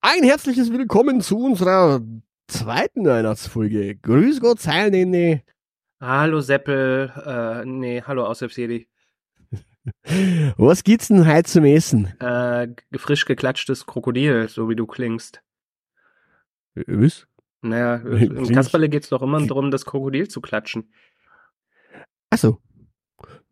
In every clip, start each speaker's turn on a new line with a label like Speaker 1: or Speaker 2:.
Speaker 1: Ein herzliches Willkommen zu unserer zweiten Weihnachtsfolge. Grüß Gott, Seil, Nene.
Speaker 2: Hallo Seppel, äh, nee, hallo Aussef Sedi.
Speaker 1: Was gibt's denn heute zum Essen?
Speaker 2: Äh, g- frisch geklatschtes Krokodil, so wie du klingst.
Speaker 1: Was?
Speaker 2: Naja,
Speaker 1: Nee,
Speaker 2: im
Speaker 1: klingt-
Speaker 2: Kasperle geht's doch immer darum, das Krokodil zu klatschen.
Speaker 1: Achso.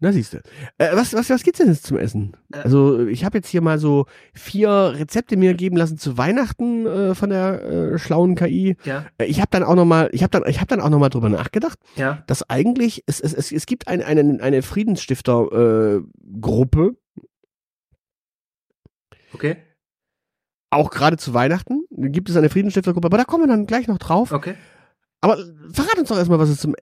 Speaker 1: Na siehst du. Äh, was, was, was gibt's denn jetzt zum Essen?
Speaker 2: Äh.
Speaker 1: Also, ich habe jetzt hier mal so vier Rezepte mir geben lassen zu Weihnachten äh, von der äh, schlauen KI.
Speaker 2: Ja,
Speaker 1: Äh, Ich habe dann auch noch mal, ich habe dann, ich habe dann auch noch mal drüber nachgedacht.
Speaker 2: ja,
Speaker 1: dass eigentlich, es, es, es, es gibt ein, einen, eine äh, Friedensstifter-Gruppe,
Speaker 2: okay,
Speaker 1: auch gerade zu Weihnachten gibt es eine Friedensstiftergruppe, aber da kommen wir dann gleich noch drauf.
Speaker 2: okay.
Speaker 1: Aber verrat uns doch erstmal, was es zum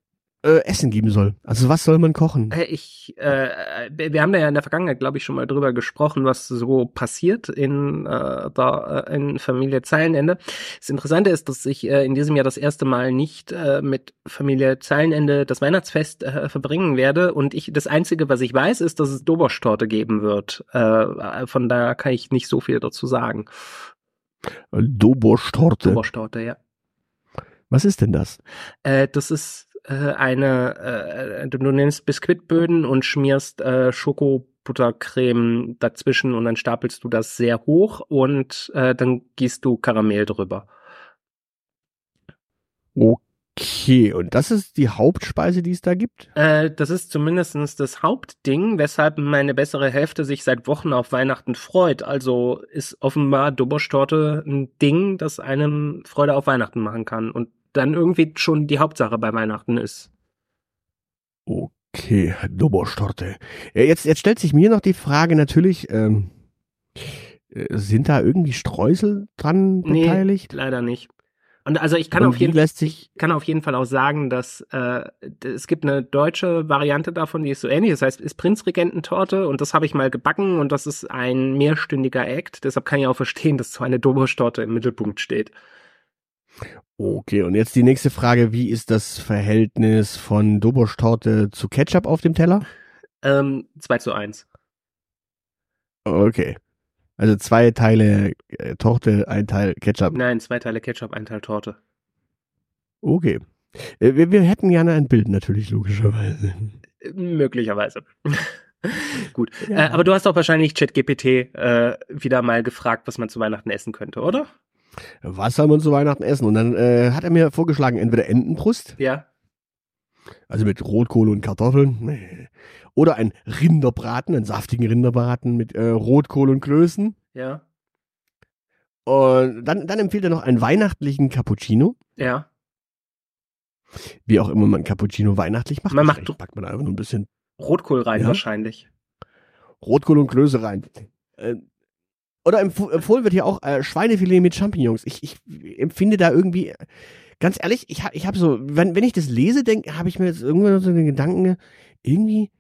Speaker 1: äh, Essen geben soll. Also was soll man kochen?
Speaker 2: Äh, Ich, äh, wir haben da ja in der Vergangenheit, glaube ich, schon mal drüber gesprochen, was so passiert in, äh, da, äh, in Familie Zeilenende. Das Interessante ist, dass ich äh, in diesem Jahr das erste Mal nicht äh, mit Familie Zeilenende das Weihnachtsfest äh, verbringen werde. Und ich, das Einzige, was ich weiß, ist, dass es Doberschtorte geben wird. Äh, von daher kann ich nicht so viel dazu sagen.
Speaker 1: Doboschtorte.
Speaker 2: Doberschtorte, ja.
Speaker 1: Was ist denn das?
Speaker 2: Äh, das ist äh, eine, äh, du, du nimmst Biskuitböden und schmierst äh, Schokobuttercreme dazwischen und dann stapelst du das sehr hoch und äh, dann gießt du Karamell drüber.
Speaker 1: Okay, und das ist die Hauptspeise, die es da gibt?
Speaker 2: Äh, das ist zumindestens das Hauptding, weshalb meine bessere Hälfte sich seit Wochen auf Weihnachten freut. Also ist offenbar Doberschtorte ein Ding, das einem Freude auf Weihnachten machen kann und dann irgendwie schon die Hauptsache bei Weihnachten ist.
Speaker 1: Okay, Doboschtorte. Äh, Jetzt, jetzt stellt sich mir noch die Frage natürlich, ähm, äh, sind da irgendwie Streusel dran
Speaker 2: Nee,
Speaker 1: beteiligt?
Speaker 2: Leider nicht. Und also ich kann
Speaker 1: Und
Speaker 2: auf jeden
Speaker 1: wie lässt sich
Speaker 2: Ich kann auf jeden Fall auch sagen, dass äh, d- es gibt eine deutsche Variante davon, die ist so ähnlich. Das heißt, ist Prinzregententorte und das habe ich mal gebacken und das ist ein mehrstündiger Act. Deshalb kann ich auch verstehen, dass so eine Doberschtorte im Mittelpunkt steht.
Speaker 1: Okay, und jetzt die nächste Frage. Wie ist das Verhältnis von Doboschtorte zu Ketchup auf dem Teller?
Speaker 2: Ähm, 2 zu 1.
Speaker 1: Okay. Also zwei Teile äh, Torte, ein Teil Ketchup.
Speaker 2: Nein, zwei Teile Ketchup, ein Teil Torte.
Speaker 1: Okay. Äh, Wir, wir hätten gerne ein Bild natürlich, logischerweise.
Speaker 2: Äh, Möglicherweise. Gut. Äh, aber du hast doch wahrscheinlich ChatGPT äh, wieder mal gefragt, was man zu Weihnachten essen könnte, oder?
Speaker 1: Was soll man zu Weihnachten essen? Und dann äh, hat er mir vorgeschlagen, entweder Entenbrust,
Speaker 2: Ja.
Speaker 1: also mit Rotkohl und Kartoffeln, nee. oder ein Rinderbraten, einen saftigen Rinderbraten mit äh, Rotkohl und Klößen.
Speaker 2: Ja.
Speaker 1: Und dann, dann empfiehlt er noch einen weihnachtlichen Cappuccino.
Speaker 2: Ja.
Speaker 1: wie auch immer man Cappuccino weihnachtlich macht.
Speaker 2: Man macht
Speaker 1: Wahrscheinlich packt man einfach nur ein bisschen
Speaker 2: Rotkohl rein
Speaker 1: Ja.
Speaker 2: wahrscheinlich.
Speaker 1: Rotkohl und Klöße rein. Ähm, Oder empf- empfohlen wird hier auch äh, Schweinefilet mit Champignons. Ich, ich empfinde da irgendwie, ganz ehrlich, ich habe ich hab so, wenn, wenn ich das lese, denke, habe ich mir jetzt irgendwann so den Gedanken, irgendwie,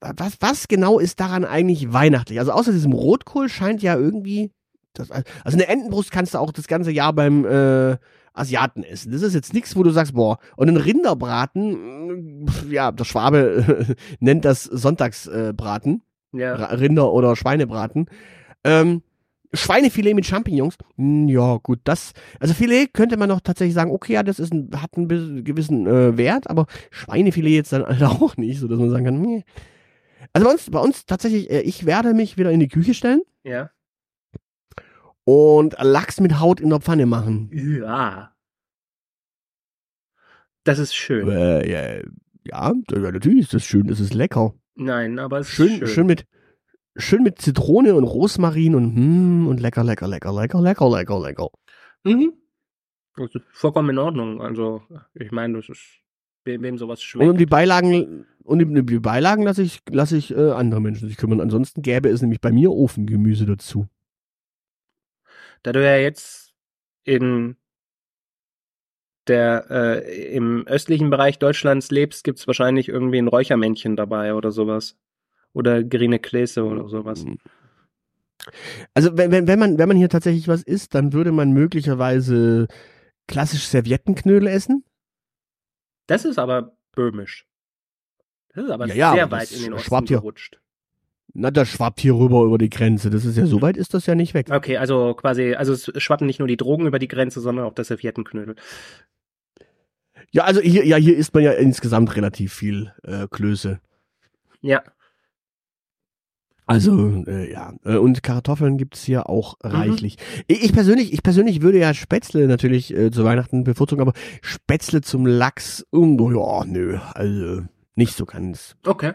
Speaker 1: äh, was, was genau ist daran eigentlich weihnachtlich? Also außer diesem Rotkohl scheint ja irgendwie, das, also eine Entenbrust kannst du auch das ganze Jahr beim äh, Asiaten essen. Das ist jetzt nichts, wo du sagst, boah, und ein Rinderbraten, mh, pf, ja, der Schwabe nennt das Sonntagsbraten. Äh, Braten.
Speaker 2: Ja.
Speaker 1: Ra- Rinder- oder Schweinebraten. Ähm, Schweinefilet mit Champignons, Hm, ja gut, das, also Filet könnte man noch tatsächlich sagen, okay, ja, das ist ein, hat einen bis- gewissen äh, Wert, aber Schweinefilet jetzt dann halt auch nicht, so dass man sagen kann, nee. Also bei uns, bei uns tatsächlich, äh, ich werde mich wieder in die Küche stellen
Speaker 2: Ja.
Speaker 1: und Lachs mit Haut in der Pfanne machen.
Speaker 2: Ja. Das ist schön.
Speaker 1: Äh, ja, ja, ja, natürlich ist das schön, das ist lecker.
Speaker 2: Nein, aber es ist
Speaker 1: Schön, schön. mit schön mit Zitrone und Rosmarin und hm, und lecker, lecker, lecker, lecker, lecker, lecker, lecker.
Speaker 2: Mhm. Das ist vollkommen in Ordnung. Also, ich meine, das ist, wem, wem sowas
Speaker 1: Und um
Speaker 2: schmeckt.
Speaker 1: die Beilagen und um die Beilagen lasse ich, lasse ich äh, andere Menschen sich kümmern. Ansonsten gäbe es nämlich bei mir Ofengemüse dazu.
Speaker 2: Da du ja jetzt in der, äh, im östlichen Bereich Deutschlands lebst, gibt es wahrscheinlich irgendwie ein Räuchermännchen dabei oder sowas. Oder grüne Gläser oder sowas.
Speaker 1: Hm. Mhm. Also wenn, wenn, wenn man wenn man hier tatsächlich was isst, dann würde man möglicherweise klassisch Serviettenknödel essen.
Speaker 2: Das ist aber böhmisch. Das ist aber
Speaker 1: Ja, ja,
Speaker 2: sehr
Speaker 1: aber
Speaker 2: weit
Speaker 1: das
Speaker 2: in den Osten
Speaker 1: schwappt ja.
Speaker 2: gerutscht.
Speaker 1: Na, das schwappt hier rüber über die Grenze. Das ist ja, so weit ist das ja nicht weg.
Speaker 2: Okay, also quasi, also es schwappen nicht nur die Drogen über die Grenze, sondern auch der Serviettenknödel.
Speaker 1: Ja, also hier, ja, hier isst man ja insgesamt relativ viel äh, Klöße.
Speaker 2: Ja.
Speaker 1: Also, äh, ja. Äh, Und Kartoffeln gibt's hier auch reichlich. Ich ich persönlich, ich persönlich würde ja Spätzle natürlich äh, zu Weihnachten bevorzugen, aber Spätzle zum Lachs, irgendwo, ja, nö, also nicht so ganz.
Speaker 2: Okay.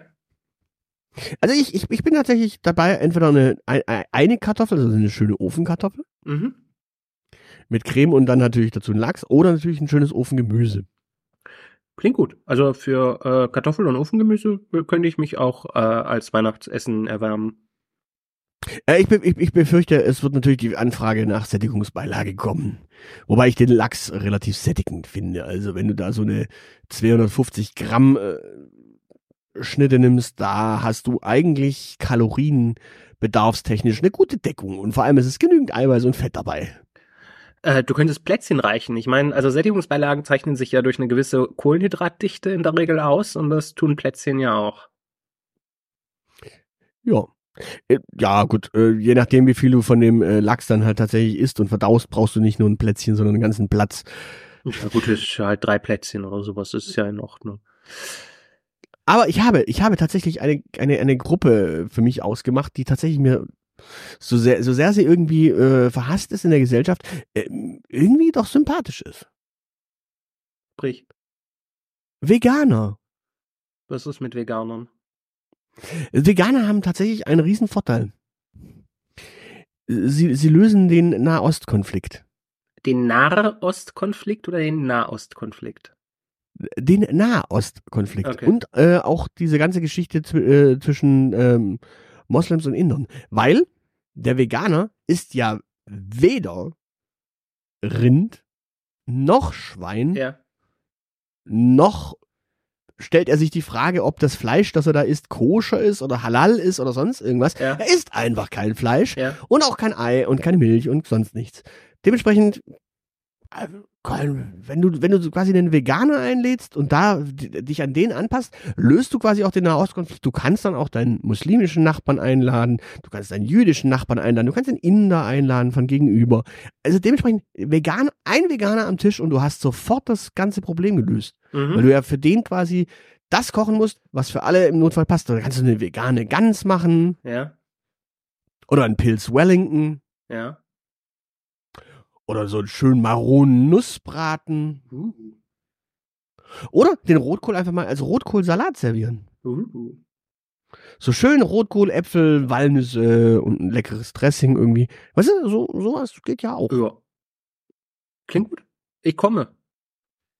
Speaker 1: Also ich, ich, ich bin tatsächlich dabei, entweder eine, ein- eine Kartoffel, also eine schöne Ofenkartoffel
Speaker 2: Mhm.
Speaker 1: mit Creme und dann natürlich dazu einen Lachs oder natürlich ein schönes Ofengemüse.
Speaker 2: Klingt gut. Also für äh, Kartoffel und Ofengemüse könnte ich mich auch äh, als Weihnachtsessen erwärmen.
Speaker 1: Äh, ich, be, ich, ich befürchte, es wird natürlich die Anfrage nach Sättigungsbeilage kommen. Wobei ich den Lachs relativ sättigend finde. Also wenn du da so eine 250 Gramm äh, Schnitte nimmst, da hast du eigentlich kalorienbedarfstechnisch eine gute Deckung. Und vor allem ist es genügend Eiweiß und Fett dabei.
Speaker 2: Äh, du könntest Plätzchen reichen. Ich meine, also Sättigungsbeilagen zeichnen sich ja durch eine gewisse Kohlenhydratdichte in der Regel aus und das tun Plätzchen ja auch.
Speaker 1: Ja. Äh, Ja, gut, äh, je nachdem, wie viel du von dem äh, Lachs dann halt tatsächlich isst und verdaust, brauchst du nicht nur ein Plätzchen, sondern einen ganzen Platz.
Speaker 2: Ja gut, das ist halt drei Plätzchen oder sowas, das ist ja in Ordnung.
Speaker 1: Aber ich habe, ich habe tatsächlich eine, eine, eine Gruppe für mich ausgemacht, die tatsächlich mir, so sehr, so sehr sie irgendwie äh, verhasst ist in der Gesellschaft, ähm, irgendwie doch sympathisch ist.
Speaker 2: Sprich,
Speaker 1: Veganer.
Speaker 2: was ist mit Veganern?
Speaker 1: Veganer haben tatsächlich einen riesen Vorteil. Sie, sie lösen den Nahostkonflikt.
Speaker 2: Den Nahostkonflikt oder den Nahostkonflikt?
Speaker 1: Den Nahostkonflikt.
Speaker 2: Okay.
Speaker 1: Und äh, auch diese ganze Geschichte zw äh, zwischen ähm, Moslems und Indern. Weil der Veganer ist ja weder Rind noch Schwein,
Speaker 2: Ja.
Speaker 1: noch stellt er sich die Frage, ob das Fleisch, das er da isst, koscher ist oder halal ist oder sonst irgendwas.
Speaker 2: Ja.
Speaker 1: Er isst einfach kein Fleisch
Speaker 2: Ja.
Speaker 1: und auch kein Ei und keine Milch und sonst nichts. Dementsprechend, äh, kein- wenn du, wenn du so quasi einen Veganer einlädst und da d- dich an den anpasst, löst du quasi auch den Nahostkonflikt. Du kannst dann auch deinen muslimischen Nachbarn einladen, du kannst deinen jüdischen Nachbarn einladen, du kannst den Inder einladen von gegenüber. Also dementsprechend vegan, ein Veganer am Tisch und du hast sofort das ganze Problem gelöst. Weil
Speaker 2: Mhm.
Speaker 1: du ja für den quasi das kochen musst, was für alle im Notfall passt. Dann kannst du eine vegane Gans machen
Speaker 2: Ja.
Speaker 1: oder einen Pilz Wellington
Speaker 2: Ja.
Speaker 1: oder so einen schönen maronen Nussbraten
Speaker 2: Uh.
Speaker 1: oder den Rotkohl einfach mal als Rotkohlsalat servieren.
Speaker 2: Uh.
Speaker 1: So schön Rotkohl, Äpfel, Walnüsse äh, und ein leckeres Dressing irgendwie. Weißt du, so sowas geht ja auch.
Speaker 2: Ja. Klingt gut. Ich komme.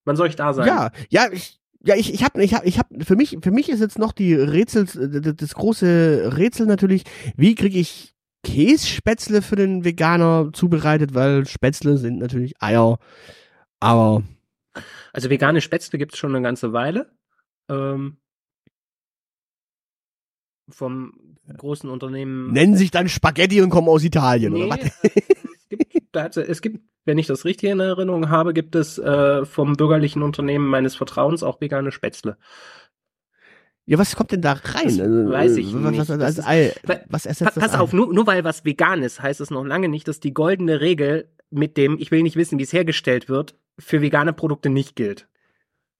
Speaker 2: Wann soll ich da sein?
Speaker 1: Ja, ja, ich ja, ich, ich habe ich hab, ich hab, für mich für mich ist jetzt noch die Rätsel das große Rätsel natürlich, wie kriege ich Kässpätzle für den Veganer zubereitet, weil Spätzle sind natürlich Eier, aber
Speaker 2: Also vegane Spätzle gibt's schon eine ganze Weile. Ähm, vom großen Unternehmen.
Speaker 1: nennen sich dann Spaghetti und kommen aus Italien
Speaker 2: Mhm. Nee,
Speaker 1: oder was?
Speaker 2: äh, es, gibt, da hat's- es gibt, wenn ich das richtig in Erinnerung habe, gibt es äh, vom bürgerlichen Unternehmen meines Vertrauens auch vegane Spätzle.
Speaker 1: Ja, was kommt denn da rein?
Speaker 2: Das
Speaker 1: Also,
Speaker 2: weiß ich
Speaker 1: was, was-
Speaker 2: nicht.
Speaker 1: Was,
Speaker 2: Das
Speaker 1: als
Speaker 2: ist-
Speaker 1: Ei,
Speaker 2: Pa-
Speaker 1: was
Speaker 2: pa-
Speaker 1: ersetzt das
Speaker 2: pass
Speaker 1: Ei?
Speaker 2: auf, nur, nur weil was vegan ist, heißt es noch lange nicht, dass die goldene Regel mit dem, ich will nicht wissen, wie es hergestellt wird, für vegane Produkte nicht gilt.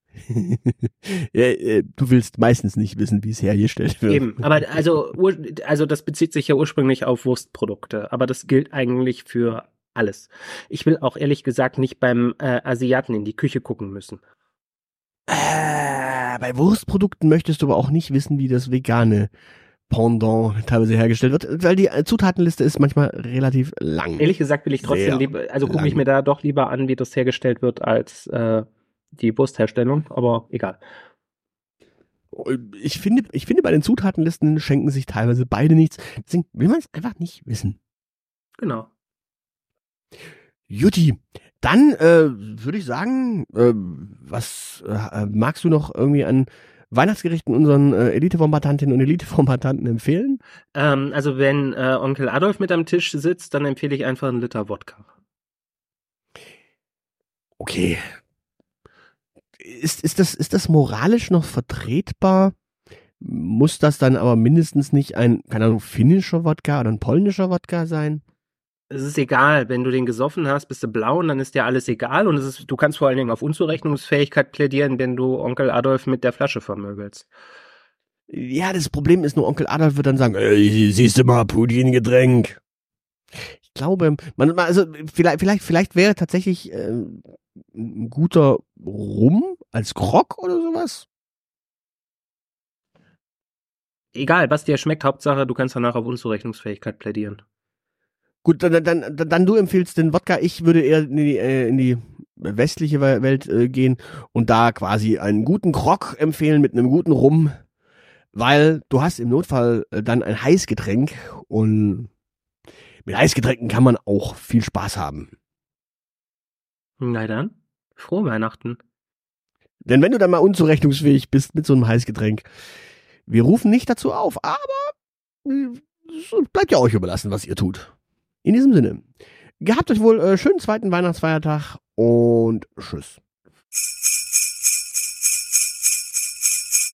Speaker 1: ja, äh, du willst meistens nicht wissen, wie es hergestellt wird.
Speaker 2: Eben, aber also, ur- also das bezieht sich ja ursprünglich auf Wurstprodukte, aber das gilt eigentlich für alles. Ich will auch ehrlich gesagt nicht beim äh, Asiaten in die Küche gucken müssen.
Speaker 1: Äh, bei Wurstprodukten möchtest du aber auch nicht wissen, wie das vegane Pendant teilweise hergestellt wird, weil die äh, Zutatenliste ist manchmal relativ lang.
Speaker 2: Ehrlich gesagt will ich trotzdem
Speaker 1: Sehr
Speaker 2: lieber, also gucke ich
Speaker 1: lang.
Speaker 2: mir da doch lieber an, wie das hergestellt wird, als äh, die Wurstherstellung, aber egal.
Speaker 1: Ich finde, ich finde, bei den Zutatenlisten schenken sich teilweise beide nichts. Deswegen will man es einfach nicht wissen.
Speaker 2: Genau.
Speaker 1: Jutti, dann äh, würde ich sagen, äh, was äh, äh, magst du noch irgendwie an Weihnachtsgerichten unseren äh, Eliteformatantinnen und Eliteformatanten empfehlen?
Speaker 2: Ähm, also wenn äh, Onkel Adolf mit am Tisch sitzt, dann empfehle ich einfach einen Liter Wodka.
Speaker 1: Okay. Ist, ist, das, ist das moralisch noch vertretbar, Muss das dann aber mindestens nicht ein, keine Ahnung, finnischer Wodka oder ein polnischer Wodka sein?
Speaker 2: es ist egal, wenn du den gesoffen hast, bist du blau und dann ist dir alles egal und es ist, du kannst vor allen Dingen auf Unzurechnungsfähigkeit plädieren, wenn du Onkel Adolf mit der Flasche vermögelst.
Speaker 1: Ja, das Problem ist nur, Onkel Adolf wird dann sagen, ey, siehst du mal, Putin-Getränk. Ich glaube, man, also vielleicht, vielleicht, vielleicht wäre tatsächlich äh, ein guter Rum als Grog oder sowas.
Speaker 2: Egal, was dir schmeckt, Hauptsache, du kannst danach auf Unzurechnungsfähigkeit plädieren.
Speaker 1: Gut, dann, dann, dann, dann du empfiehlst den Wodka. Ich würde eher in die, äh, in die westliche Welt äh, gehen und da quasi einen guten Grog empfehlen mit einem guten Rum, weil du hast im Notfall äh, dann ein Heißgetränk und mit Heißgetränken kann man auch viel Spaß haben.
Speaker 2: Na dann, frohe Weihnachten.
Speaker 1: Denn wenn du dann mal unzurechnungsfähig bist mit so einem Heißgetränk, wir rufen nicht dazu auf, aber es bleibt ja euch überlassen, was ihr tut. In diesem Sinne, gehabt euch wohl äh, schönen zweiten Weihnachtsfeiertag und tschüss.